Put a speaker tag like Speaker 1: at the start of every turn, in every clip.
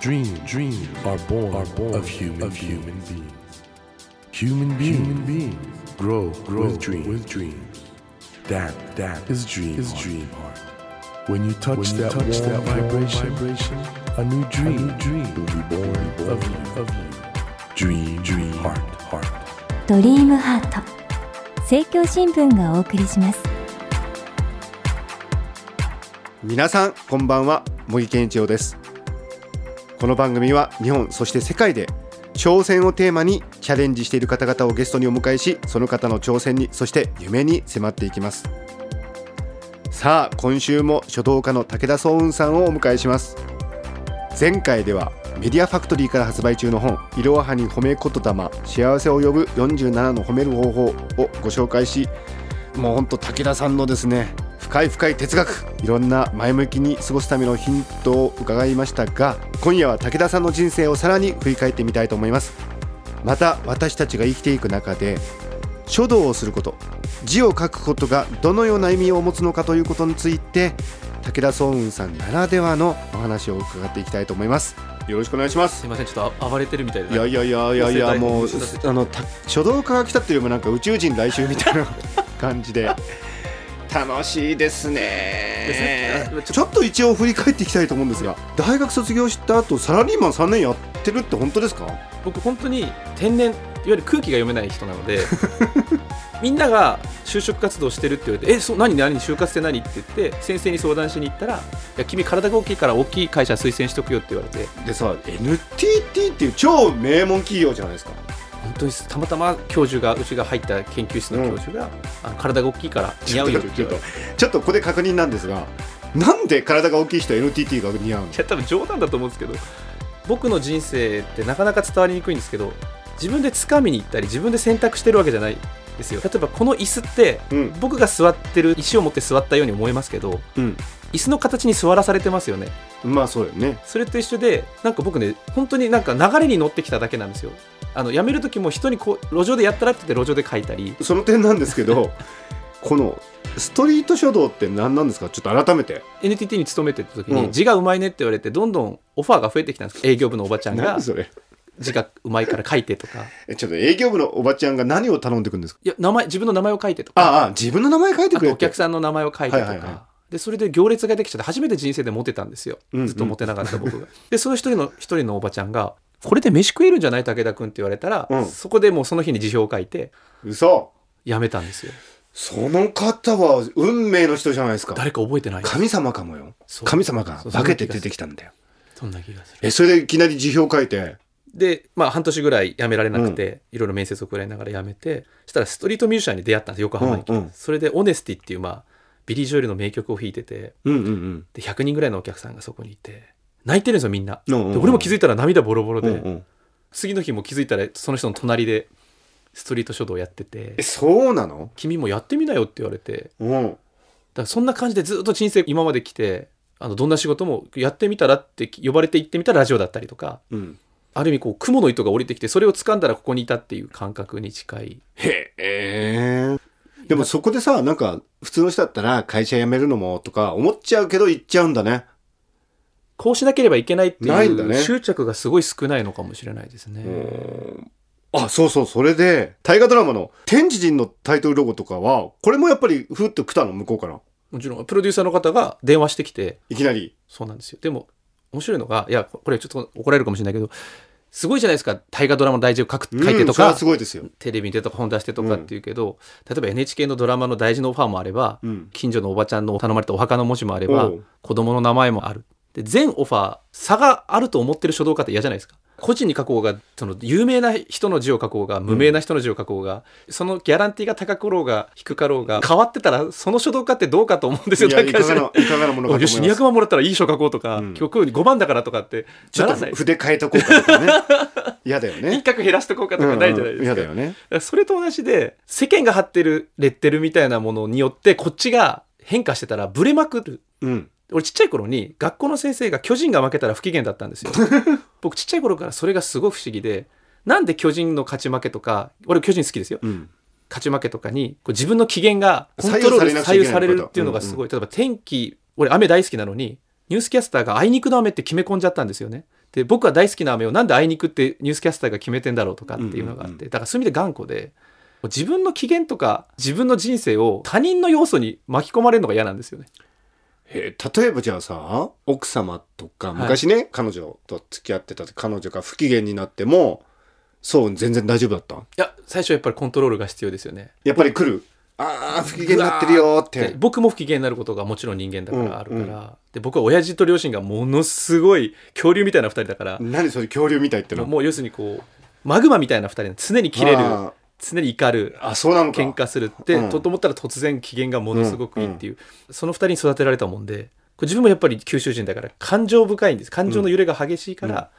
Speaker 1: dreams, dreams are born, are born of human, of human beings. Human beings, human beings grow, grow with, dream, with dreams. That, that is dream, is dream heart. When you touch when you that, touch warm that vibration, vibration, a new dream, a new dream will be born, be born of, you, of you. Dream, dream heart, heart.
Speaker 2: ドリームハート政教新聞がお送りします
Speaker 3: 皆さんこんばんは茂木健一郎ですこの番組は日本そして世界で挑戦をテーマにチャレンジしている方々をゲストにお迎えしその方の挑戦にそして夢に迫っていきますさあ今週も書道家の武田壮雲さんをお迎えします前回ではメディアファクトリーから発売中の本「いろはに褒め言霊幸せを呼ぶ47の褒める方法」をご紹介しもうほんと武田さんのですね深い深い哲学いろんな前向きに過ごすためのヒントを伺いましたが今夜は武田さんの人生をさらに振り返ってみたいと思いますまた私たちが生きていく中で書道をすること字を書くことがどのような意味を持つのかということについて武田壮雲さんならではのお話を伺っていきたいと思いますよろしくお願いします
Speaker 4: すみません、ちょっと暴れてるみたいで。
Speaker 3: いやいやいやいやいや
Speaker 4: 先生
Speaker 3: もう
Speaker 4: 大変です
Speaker 3: あのた書道家が来たっていうよりもなんか宇宙人来週みたいな感じで 楽しいです
Speaker 4: で
Speaker 3: ね
Speaker 4: すねあ
Speaker 3: ちょっと一応振り返っていきたいと思うんですが大学卒業した後サラリーマン3年やってるって本当ですか
Speaker 4: 僕、本当に天然、いわゆる空気が読めない人な ので、みんなが就職活動してるって言われて、え、そう何、何、就活って何って言って、先生に相談しに行ったら、いや君、体が大きいから大きい会社推薦しとくよって言われて、
Speaker 3: でさ NTT っていう超名門企業じゃないですか
Speaker 4: 本当にたまたま教授が、うちが入った研究室の教授が、あの体が大きいから似合うよって
Speaker 3: ち
Speaker 4: 言
Speaker 3: ょっ
Speaker 4: わ
Speaker 3: と
Speaker 4: れて。
Speaker 3: ちょっとここで確認なんですがなんで体が大きい人 NTT が似合うんで
Speaker 4: いや多分冗談だと思うんですけど僕の人生ってなかなか伝わりにくいんですけど自分で掴みに行ったり自分で選択してるわけじゃないですよ例えばこの椅子って、
Speaker 3: うん
Speaker 4: 僕が座ってる石を持って座ったように思えますけど
Speaker 3: うん
Speaker 4: 椅子の形に座らされてますよね
Speaker 3: まあそうだよね
Speaker 4: それと一緒でなんか僕ね本当になんか流れに乗ってきただけなんですよあの辞める時も人にこう路上でやったらって言って路上で書いたり
Speaker 3: その点なんですけ どこのストリート書道って何なんですかちょっと改めて
Speaker 4: NTT に勤めてた時
Speaker 3: うん
Speaker 4: に字がうまいねって言われてどんどんオファーが増えてきたんです営業部のおばちゃんが
Speaker 3: 何それ
Speaker 4: 字がうまいから書いてとか
Speaker 3: えちょっと営業部のおばちゃんが何を頼んでくんですか
Speaker 4: いや名前自分の名前を書いてとか
Speaker 3: ああ自分の名前書いてく
Speaker 4: あと
Speaker 3: れ
Speaker 4: お客
Speaker 3: ん
Speaker 4: さんの名前を書いてとか、
Speaker 3: はいはいは
Speaker 4: でそれで行列ができちゃって初めて人生でモテたんですよ、
Speaker 3: うんうん
Speaker 4: ずっとモテなかった僕がでその一人の一人のおばちゃんが「これで飯食えるんじゃない武田君」って言われたら、
Speaker 3: うん
Speaker 4: そこでもうその日に辞表を書いて
Speaker 3: 嘘
Speaker 4: 辞めたんですよ
Speaker 3: その方は運命の人じゃないですか
Speaker 4: 誰か覚えてない
Speaker 3: 神様かもよ
Speaker 4: そう
Speaker 3: 神様が
Speaker 4: そう
Speaker 3: 化けて出てきたんだよ
Speaker 4: そんな気がする
Speaker 3: えそれでいきなり辞表書いて
Speaker 4: でまあ半年ぐらい辞められなくて、いろいろ面接を食らいながら辞めてそしたらストリートミュージシャンに出会ったんです横浜に来て、
Speaker 3: うんうん
Speaker 4: それで「オネスティ」っていうまあビリー・ジョエルの名曲を弾いてて
Speaker 3: うんうんうん
Speaker 4: で100人ぐらいのお客さんがそこにいて泣いてるんですよみんな、
Speaker 3: うんうんうん
Speaker 4: で俺も気づいたら涙ボロボロ
Speaker 3: う
Speaker 4: で、
Speaker 3: んうん
Speaker 4: 次の日も気づいたらその人の隣でストリート書道やってて
Speaker 3: えそうなの
Speaker 4: 「君もやってみなよ」って言われて
Speaker 3: うん
Speaker 4: だからそんな感じでずっと人生今まで来てあのどんな仕事もやってみたらって呼ばれて行ってみたらラジオだったりとか
Speaker 3: うん
Speaker 4: ある意味こう雲の糸が降りてきてそれを掴んだらここにいたっていう感覚に近い
Speaker 3: へえでもそこでさなんか普通の人だったら会社辞めるのもとか思っちゃうけど行っちゃうんだね
Speaker 4: こうしなければいけないって
Speaker 3: ない
Speaker 4: い
Speaker 3: んだ
Speaker 4: う
Speaker 3: ね
Speaker 4: 執着がすごい少ないのかもしれないですね。
Speaker 3: あそうそうそれで大河ドラマの「天智人」のタイトルロゴとかはこれもやっぱりふっと来たの向こうから
Speaker 4: もちろんプロデューサーの方が電話してきて
Speaker 3: いきなり
Speaker 4: そうなんですよ。でも、面白いのが、いや、ここれちょっと怒られるかもしれないけど、すごいじゃないですか、大河ドラマの題字を書く書いて
Speaker 3: うん
Speaker 4: と
Speaker 3: それは
Speaker 4: か
Speaker 3: す、ごい ですよ、
Speaker 4: テレビに出たとか本出してとかっていうけど、例えば NHK のドラマの大事のオファーもあれば、
Speaker 3: うん、
Speaker 4: 近所のおばちゃんの頼まれたお墓の文字もあれば
Speaker 3: おう、
Speaker 4: 子供の名前もある。で、全オファー、差があると思ってる書道家って嫌じゃないですか。個人に書こうが、その有名な人の字を書こうが、無名な人の字を書こうが、そのギャランティーが高かろうが、低かろうが、変わってたら、その書道家ってどうかと思うんですよ、
Speaker 3: いや
Speaker 4: なん
Speaker 3: いか
Speaker 4: 知ら
Speaker 3: が
Speaker 4: ない
Speaker 3: ないかがなものかと思い
Speaker 4: よ
Speaker 3: ます
Speaker 4: し200万もらったらいい書書こうとか、
Speaker 3: うん
Speaker 4: 今日5番だからとかって
Speaker 3: ちょ
Speaker 4: なら
Speaker 3: っ
Speaker 4: ない
Speaker 3: と筆変えとこうかとかね嫌だよ
Speaker 4: 一
Speaker 3: ね
Speaker 4: 角減らしとこうかとかないじゃないですか、
Speaker 3: 嫌だよね
Speaker 4: だからそれと同じで世間が張ってるレッテルみたいなものによってこっちが変化してたらブレまくる
Speaker 3: うん
Speaker 4: 俺ちっちゃい頃に学校の先生が巨人が負けたら不機嫌だったんですよ僕ちっちゃい頃からそれがすごい不思議でなんで巨人の勝ち負けとか俺巨人好きですよ
Speaker 3: うん
Speaker 4: 勝ち負けとかにこう自分の機嫌がコントロール左右されるっていうのがすごい、例えば天気俺雨大好きなのにニュースキャスターがあいにくの雨って決め込んじゃったんですよねで僕は大好きな飴をなんであいにくってニュースキャスターが決めてんだろうとかっていうのがあって、
Speaker 3: うんうんう
Speaker 4: だからそういう意味で頑固で自分の機嫌とか自分の人生を他人の要素に巻き込まれるのが嫌なんですよね。
Speaker 3: えー例えばじゃあさ奥様とか
Speaker 4: い
Speaker 3: 昔ね、彼女と付き合ってた彼女が不機嫌になってもそう全然大丈夫だった
Speaker 4: いや最初はやっぱりコントロールが必要ですよね。
Speaker 3: やっぱり来るああ不機嫌になってるよーっ
Speaker 4: で
Speaker 3: て
Speaker 4: 僕も不機嫌になることがもちろん人間だからあるから、
Speaker 3: うん
Speaker 4: で僕は親父と両親がものすごい恐竜みたいな2人だから、
Speaker 3: 何それ恐竜みたいっての
Speaker 4: もう要するにこうマグマみたいな2人で常に切れる
Speaker 3: あ
Speaker 4: 常に怒る
Speaker 3: ーあそうなのか
Speaker 4: 喧嘩するって、
Speaker 3: うん
Speaker 4: とと思ったら突然機嫌がものすごくいいっていう、その2人に育てられたもんでこれ自分もやっぱり九州人だから感情深いんです感情の揺れが激しいから、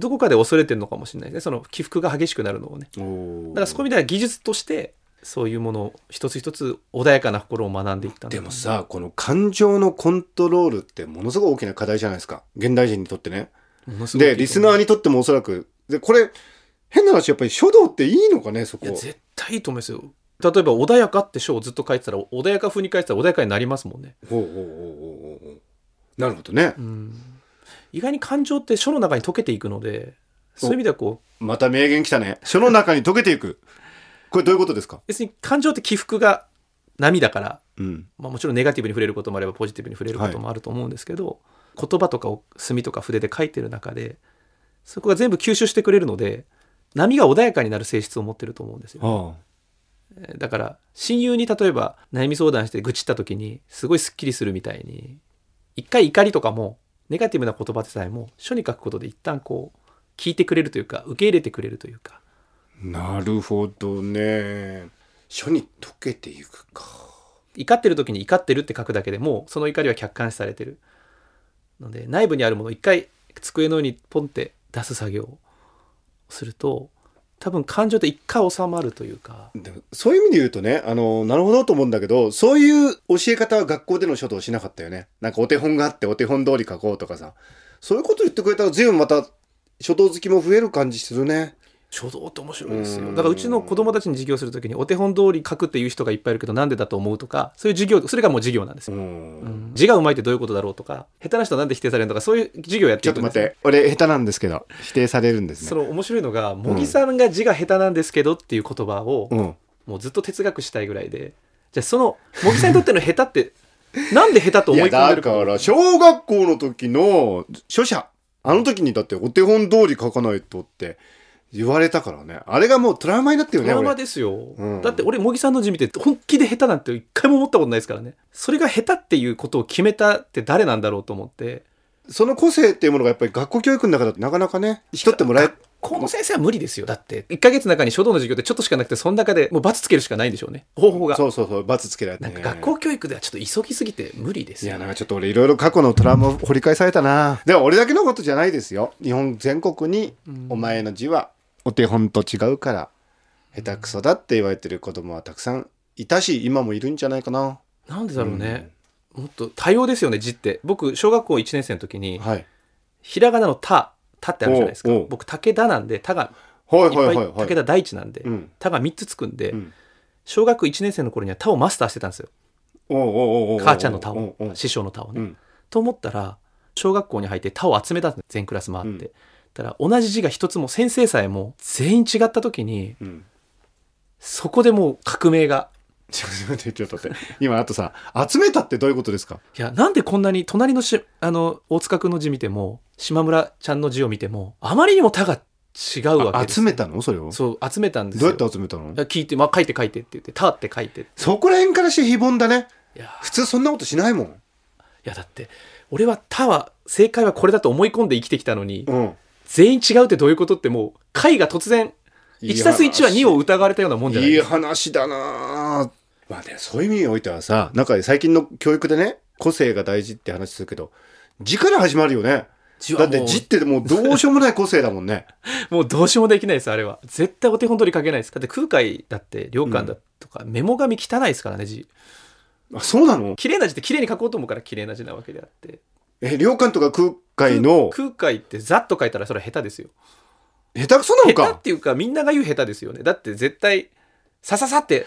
Speaker 4: どこかで恐れてるのかもしれないですねその起伏が激しくなるのをね
Speaker 3: おー
Speaker 4: だからそこみたいな技術としてそういうものを一つ一つ穏やかな心を学んでいったんだ
Speaker 3: で
Speaker 4: と思
Speaker 3: も
Speaker 4: う
Speaker 3: さこの感情のコントロールってものすごい大きな課題じゃないですか現代人にとってね
Speaker 4: ものすごくいい
Speaker 3: でリスナーにとってもおそらくでこれ変な話やっぱり書道っていいのかねそ
Speaker 4: いや
Speaker 3: こ
Speaker 4: 絶対いいと思いますよ例えば「穏やか」って書をずっと書いてたら穏やか風に書いてたら穏やかになりますもんね、
Speaker 3: ほうほうほうほうほうほうなるほどね
Speaker 4: うん、意外に感情って書の中に溶けていくのでそういう意味ではこう
Speaker 3: また名言来たね書の中に溶けていくこれどういうことですか
Speaker 4: 別に感情って起伏が波だから、
Speaker 3: うん
Speaker 4: まあ、もちろんネガティブに触れることもあればポジティブに触れることもあると思うんですけど、言葉とかを墨とか筆で書いてる中でそこが全部吸収してくれるので波が穏やかになる性質を持ってると思うんですよ
Speaker 3: あ
Speaker 4: えーだから親友に例えば悩み相談して愚痴った時にすごいスッキリするみたいに一回怒りとかもネガティブな言葉でさえも書に書くことで一旦こう聞いてくれるというか受け入れてくれるというか
Speaker 3: なるほどね書に溶けていくか
Speaker 4: 怒ってる時に怒ってるって書くだけでもうその怒りは客観視されてるので内部にあるものを一回机の上にポンって出す作業をすると多分感情って一回収まるというか
Speaker 3: でもそういう意味で言うとねあのなるほどと思うんだけどそういう教え方は学校での書道しなかったよねなんかお手本があってお手本通り書こうとかさそういうこと言ってくれたら随分また書道好きも増える感じするね
Speaker 4: 書道って面白いです
Speaker 3: う
Speaker 4: よ
Speaker 3: ん
Speaker 4: だからうちの子供たちに授業するときにお手本通り書くっていう人がいっぱいいるけどなんでだと思うとかそういう授業それがもう授業なんです
Speaker 3: う
Speaker 4: よ、
Speaker 3: ん
Speaker 4: うん字がうまいってどういうことだろうとか下手な人はなんで否定されるのかそういう授業やって
Speaker 3: ちょ
Speaker 4: い
Speaker 3: っ
Speaker 4: く
Speaker 3: と
Speaker 4: ん
Speaker 3: 待っ
Speaker 4: ですよ
Speaker 3: て俺下手なんですけど否定されるんです
Speaker 4: そ
Speaker 3: ね
Speaker 4: の面白いのが茂木さんが字が下手なんですけどっていう言葉を
Speaker 3: うん
Speaker 4: もうずっと哲学したいぐらいでじゃあその茂木さんにとっての下手って なんで下手と
Speaker 3: いや
Speaker 4: 思い込んで
Speaker 3: だ
Speaker 4: るか
Speaker 3: から小学校の時の書写あの時にだってお手本通り書かないとって言われたからねあれがもうトラウマになってる
Speaker 4: ド
Speaker 3: よね
Speaker 4: ラマ
Speaker 3: 俺
Speaker 4: ですよ、
Speaker 3: うん
Speaker 4: だって俺茂木さんの字見て本気で下手なんて一回も思ったことないですからねそれが下手っていうことを決めたって誰なんだろうと思って
Speaker 3: その個性っていうものがやっぱり学校教育の中だとなかなかね引き取ってもらえ
Speaker 4: この先生は無理ですよだって1ヶ月の中に書道の授業ってちょっとしかなくてその中でもう罰つけるしかないんでしょうね方法が
Speaker 3: そうそうそう罰つけられて、
Speaker 4: なん
Speaker 3: ね、
Speaker 4: か学校教育ではちょっと急ぎすぎて無理です
Speaker 3: い
Speaker 4: よ
Speaker 3: やなんかちょっと俺いろいろ過去のトラウマを掘り返されたなでも俺だけのことじゃないですよ日本全国に
Speaker 4: うん
Speaker 3: お前の字はお手本と違うから下手くそだって言われてる子供はたくさんいたし今もいるんじゃないかな
Speaker 4: なんでだろうね、もっと多様ですよね字って僕小学校1年生の時に
Speaker 3: はい
Speaker 4: ひらがなの「た」「た」ってあるじゃないですか
Speaker 3: おうおう
Speaker 4: 僕武田なんで「た」が
Speaker 3: はい
Speaker 4: い
Speaker 3: は
Speaker 4: っ
Speaker 3: い
Speaker 4: ぱ
Speaker 3: はいいはい
Speaker 4: 武田大地なんで
Speaker 3: うん
Speaker 4: 「た」が3つつくんで
Speaker 3: うん
Speaker 4: 小学1年生の頃には「た」をマスターしてたんですよ
Speaker 3: おうおうおうおう
Speaker 4: 母ちゃんの「た」
Speaker 3: おう
Speaker 4: を
Speaker 3: おう
Speaker 4: 師匠の「た」を
Speaker 3: う
Speaker 4: ね
Speaker 3: ん
Speaker 4: と思ったら小学校に入って他を集めたんです全クラス回って、
Speaker 3: うん
Speaker 4: たら同じ字が一つも先生さえも全員違った時に
Speaker 3: うん
Speaker 4: そこでもう革命が
Speaker 3: ちょっと待ってちょっと待って今あとさ集めたってどういうことですか
Speaker 4: いやなんでこんなに隣のしあの大塚君の字見ても島村ちゃんの字を見てもあまりにも他が違うわ
Speaker 3: あ
Speaker 4: けです
Speaker 3: 集めたのそれを
Speaker 4: そう集めたんです
Speaker 3: どう
Speaker 4: よ
Speaker 3: やって集めたの
Speaker 4: いや聞いて、まあ、書いて書いてって言って「た」って書いてい
Speaker 3: そこら辺からして非凡だね
Speaker 4: や
Speaker 3: 普通そんなことしないもん
Speaker 4: いやだって俺は「た」は正解はこれだと思い込んで生きてきたのに、
Speaker 3: うん
Speaker 4: 全員違うってどういうことってもう解が突然1たす1は2を疑われたようなもんじゃない
Speaker 3: い
Speaker 4: で
Speaker 3: い
Speaker 4: すか
Speaker 3: 話だなあまあねそういう意味においてはさなんか最近の教育でね個性が大事って話するけど字から始まるよね
Speaker 4: 字
Speaker 3: だ
Speaker 4: は
Speaker 3: っ
Speaker 4: も
Speaker 3: て
Speaker 4: う
Speaker 3: 字ってもうどうしようもない個性だもん ね
Speaker 4: もうどうしようもできないですあれは絶対お手本通り書けないですだって空海だって良寛だとか、メモ紙汚いですからね字
Speaker 3: あそうなの
Speaker 4: 綺麗な字って綺麗に書こうと思うから綺麗な字なわけであって
Speaker 3: え良寛とか空海の
Speaker 4: 空空海ってざっと書いたらそれは下手ですよ
Speaker 3: 下手くそなの
Speaker 4: 下手
Speaker 3: か、
Speaker 4: っていうかみんなが言う下手ですよねだって絶対さささって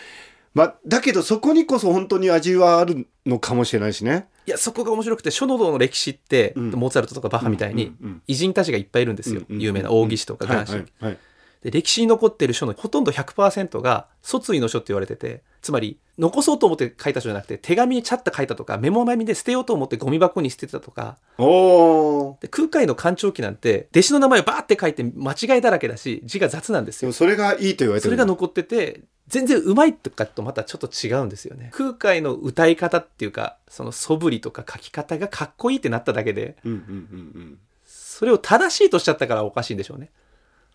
Speaker 3: まあ、だけどそこにこそ本当に味はあるのかもしれないしね
Speaker 4: いいやそこが面白くて書道の歴史って、
Speaker 3: うん
Speaker 4: モーツァルトとかバッハみたいに
Speaker 3: うんうん
Speaker 4: 偉人たちがいっぱいいるんですよ、
Speaker 3: うんうん
Speaker 4: 有名な王羲之とか元
Speaker 3: は
Speaker 4: 子、
Speaker 3: いはいはい
Speaker 4: で歴史に残ってる書のほとんど100%が卒位の書って言われててつまり残そうと思って書いた書じゃなくて手紙にちゃっと書いたとかメモ紙で捨てようと思ってゴミ箱に捨てたとか
Speaker 3: おー
Speaker 4: で空海の官聴記なんて弟子の名前をバーって書いて間違いだらけだし字が雑なんです
Speaker 3: で
Speaker 4: よ
Speaker 3: もそれがいいと言われて
Speaker 4: そ
Speaker 3: る
Speaker 4: れが残ってて全然うまいとかとまたちょっと違うんですよね空海の歌い方っていうかその素振りとか書き方がかっこいいってなっただけで
Speaker 3: うんうんうん
Speaker 4: それを正しいとしちゃったからおかしいんでしょうね
Speaker 3: うん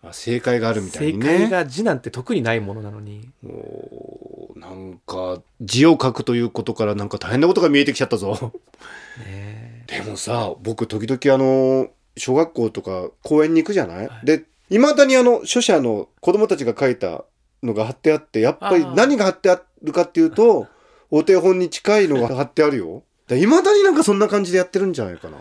Speaker 3: あ正解があるみたい
Speaker 4: 正
Speaker 3: にね
Speaker 4: 解が字なんて特にないものなのに
Speaker 3: おーなんか字を書くということからなんか大変なことが見えてきちゃったぞ
Speaker 4: ね
Speaker 3: でもさ僕時々あの小学校とか公園に行くじゃない、
Speaker 4: はい
Speaker 3: でいまだにあの著者の子供たちが書いたのが貼ってあってやっぱり
Speaker 4: あー
Speaker 3: 何が貼ってあるかっていう とお手本に近いのが貼ってあるよいまだになんかそんな感じでやってるんじゃないかな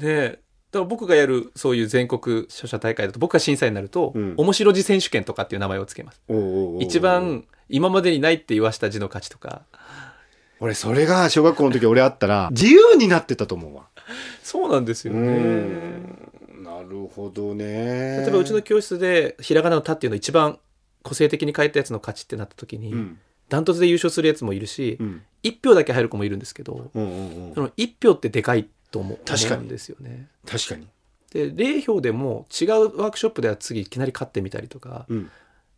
Speaker 4: えでだから僕がやるそういう全国書写大会だと僕が審査員になると、
Speaker 3: うん
Speaker 4: 面白字選手権とかっていう名前をつけます
Speaker 3: おうおうおう
Speaker 4: 一番今までにないって言わした字の価値とか
Speaker 3: 俺それが小学校の時俺あったら自由になってたと思うわ
Speaker 4: そうなんですよね
Speaker 3: なるほどね
Speaker 4: 例えばうちの教室でひらがなの「た」っていうのを一番個性的に書いたやつの勝ちってなった時に、
Speaker 3: うん
Speaker 4: ダントツで優勝するやつもいるし、
Speaker 3: うん
Speaker 4: 1票だけ入る子もいるんですけど、
Speaker 3: うんうんうん
Speaker 4: その1票ってでかいと思う
Speaker 3: 確かに
Speaker 4: 思うんですよね。
Speaker 3: 確かに、
Speaker 4: で0票でも違うワークショップでは次いきなり勝ってみたりとか、
Speaker 3: うん、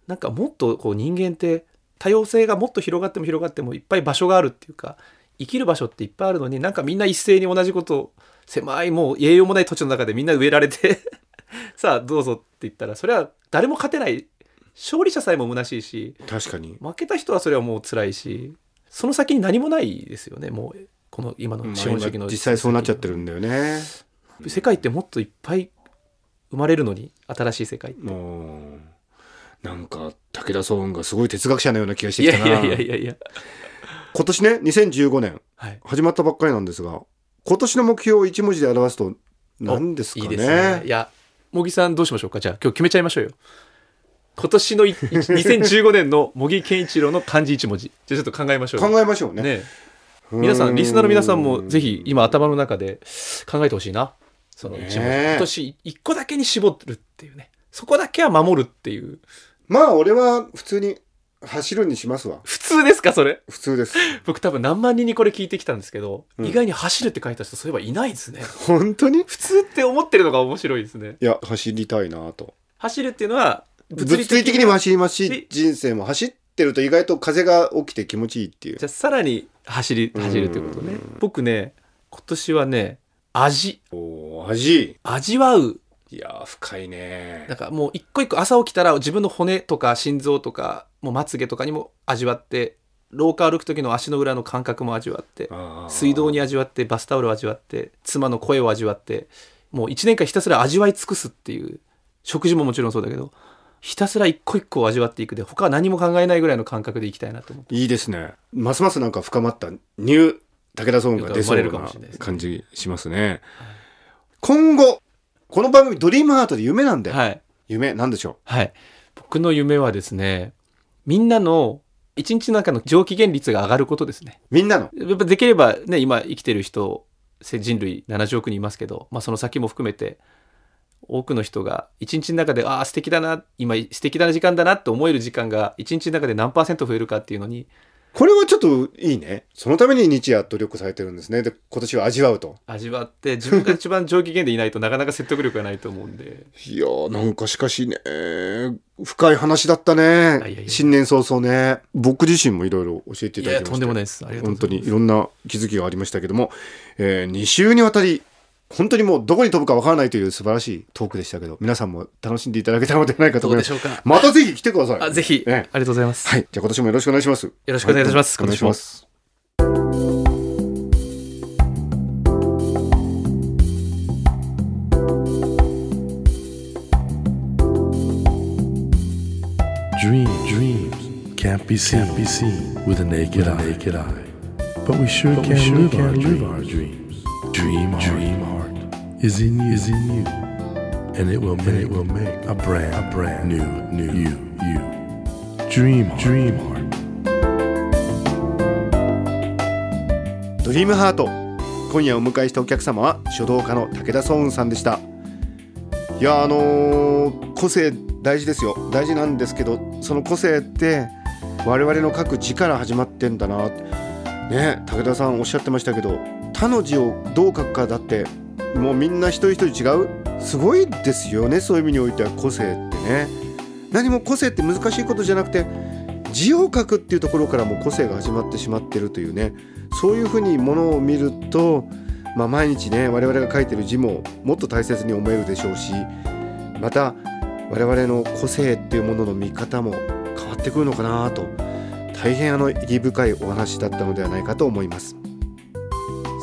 Speaker 4: なんかもっとこう人間って多様性がもっと広がっても広がってもいっぱい場所があるっていうか生きる場所っていっぱいあるのになんかみんな一斉に同じことを狭いもう栄養もない土地の中でみんな植えられて さあどうぞって言ったらそれは誰も勝てない勝利者さえも虚しいし
Speaker 3: 確かに
Speaker 4: 負けた人はそれはもう辛いしその先に何もないですよねもうこの今の資本主義
Speaker 3: まあ
Speaker 4: の
Speaker 3: 今実際そうなっちゃってるんだよね
Speaker 4: 世界ってもっといっぱい生まれるのに新しい世界
Speaker 3: もうなんか武田総雲がすごい哲学者のような気がして
Speaker 4: い
Speaker 3: き
Speaker 4: や
Speaker 3: た
Speaker 4: い
Speaker 3: ない
Speaker 4: やいやいやいや
Speaker 3: 今年ね2015年
Speaker 4: はい
Speaker 3: 始まったばっかりなんですが今年の目標を一文字で表すと何ですか
Speaker 4: いい
Speaker 3: ね
Speaker 4: ですね。いや、茂木さんどうしましょうかじゃあ今日決めちゃいましょうよ。今年のい2015年の茂木健一郎の漢字一文字。じゃあちょっと考えましょうよ。
Speaker 3: 考えましょうね
Speaker 4: ね皆さ、
Speaker 3: うんー
Speaker 4: リスナーの皆さんもぜひ今頭の中で考えてほしいな。その一文字。
Speaker 3: ねえ
Speaker 4: 今年一個だけに絞るっていうね。そこだけは守るっていう。
Speaker 3: まあ俺は普通に走るにしますわ
Speaker 4: 普通ですかそれ。
Speaker 3: 普通です
Speaker 4: 僕多分何万人にこれ聞いてきたんですけど、
Speaker 3: うん
Speaker 4: 意外に走るって書いた人そういえばいないですね。
Speaker 3: 本当に
Speaker 4: 普通って思ってるのが面白いですね。
Speaker 3: いや走りたいなと
Speaker 4: 走るっていうのは
Speaker 3: 物理的にも走りますし
Speaker 4: し
Speaker 3: 人生も走ってると意外と風が起きて気持ちいいっていう
Speaker 4: じゃあさらに走り走るってことね僕ね今年はね味
Speaker 3: おー味
Speaker 4: 味わう
Speaker 3: いやー深いね
Speaker 4: なんかもう一個一個朝起きたら自分の骨とか心臓とかもうまつげとかにも味わって廊下歩く時の足の裏の感覚も味わって
Speaker 3: あー
Speaker 4: 水道に味わってバスタオルを味わって妻の声を味わってもう1年間ひたすら味わい尽くすっていう食事ももちろんそうだけどひたすら一個一個を味わっていくで他は何も考えないぐらいの感覚でいきたいなと思って
Speaker 3: いいですねますますなんか深まったニュー武田総雲が出そ
Speaker 4: よ
Speaker 3: う
Speaker 4: く生まれるかも
Speaker 3: な
Speaker 4: しれないですね
Speaker 3: 感じしますね今後この番組「ドリームハート」で夢なんだよ、
Speaker 4: はい
Speaker 3: 夢なんでしょ
Speaker 4: はい。僕の夢はですね、みんなの一日の中の上機嫌率が上がることですね。
Speaker 3: うみんなの
Speaker 4: やっぱできればね、今生きてる人、せ人類70億人いますけど、まあその先も含めて、多くの人が一日の中で、ああ、素敵だな、今素敵な時間だなって思える時間が一日の中で何パーセント増えるかっていうのに
Speaker 3: これはちょっといいねそのために日夜努力されてるんですねで今年は味わうと
Speaker 4: 味わって、自分が一番上機嫌でいないとなかなか説得力がないと思うんで、
Speaker 3: いやーなんかしかしね深い話だったね
Speaker 4: やいや
Speaker 3: 新年早々ね僕自身もいろいろ教えてい
Speaker 4: い
Speaker 3: た
Speaker 4: や
Speaker 3: だ
Speaker 4: いや、
Speaker 3: きました
Speaker 4: とんでもないです。ありがと
Speaker 3: 本
Speaker 4: うござ
Speaker 3: 当
Speaker 4: います。
Speaker 3: にいろんな気づきがありましたけども、え2週にわたり本当にもうどこに飛ぶかわからないという素晴らしいトークでしたけど皆さんも楽しんでいただけたのではないかと
Speaker 4: ど
Speaker 3: 思いうま
Speaker 4: ですしょうか。
Speaker 3: またぜひ来てください
Speaker 4: あぜひ、あ
Speaker 3: ええ
Speaker 4: りがとうございます。
Speaker 3: はいじゃあ今年もよろしくお願いしますよ
Speaker 4: よろしくお願いいたします
Speaker 3: お願いします
Speaker 1: Dream, dreams can't be seen, be seen with the naked, eye. naked eye. But we sure can, live, our live our dreams. Dream, dream heart is in you, is in you, and it will, and it will make a brand, a brand new, new you, you. Dream, dream heart.
Speaker 3: ドリームハート今夜お迎えしたお客様は書道家の武田壮雲さんでしたいやあのー個性大事ですよ大事なんですけどその個性って我々の書く字から始まってんだなね武田さんおっしゃってましたけど他の字をどう書くかだってもうみんな一人一人違うすごいですよねそういう意味においては個性ってね何も個性って難しいことじゃなくて字を書くっていうところからもう個性が始まってしまってるというねそういうふうにものを見ると、まあ、毎日ね我々が書いてる字ももっと大切に思えるでしょうしまた我々の個性っていうものの見方も変わってくるのかなと大変あの意義深いお話だったのではないかと思います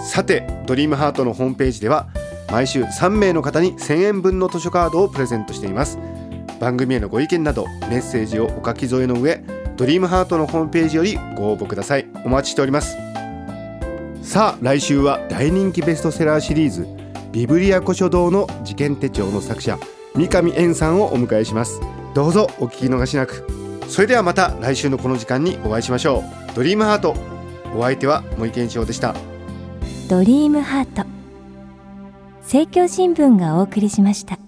Speaker 3: さて「ドリームハートのホームページでは毎週3名の方に1000円分の図書カードをプレゼントしています番組へのご意見などメッセージをお書き添えの上ドリームハートのホームページよりご応募くださいお待ちしておりますさあ来週は大人気ベストセラーシリーズビブリア古書堂の事件手帳の作者三上円さんをお迎えしますどうぞお聞き逃しなくそれではまた来週のこの時間にお会いしましょうドリームハートお相手は森健一郎でした
Speaker 2: ドリームハート政教新聞がお送りしました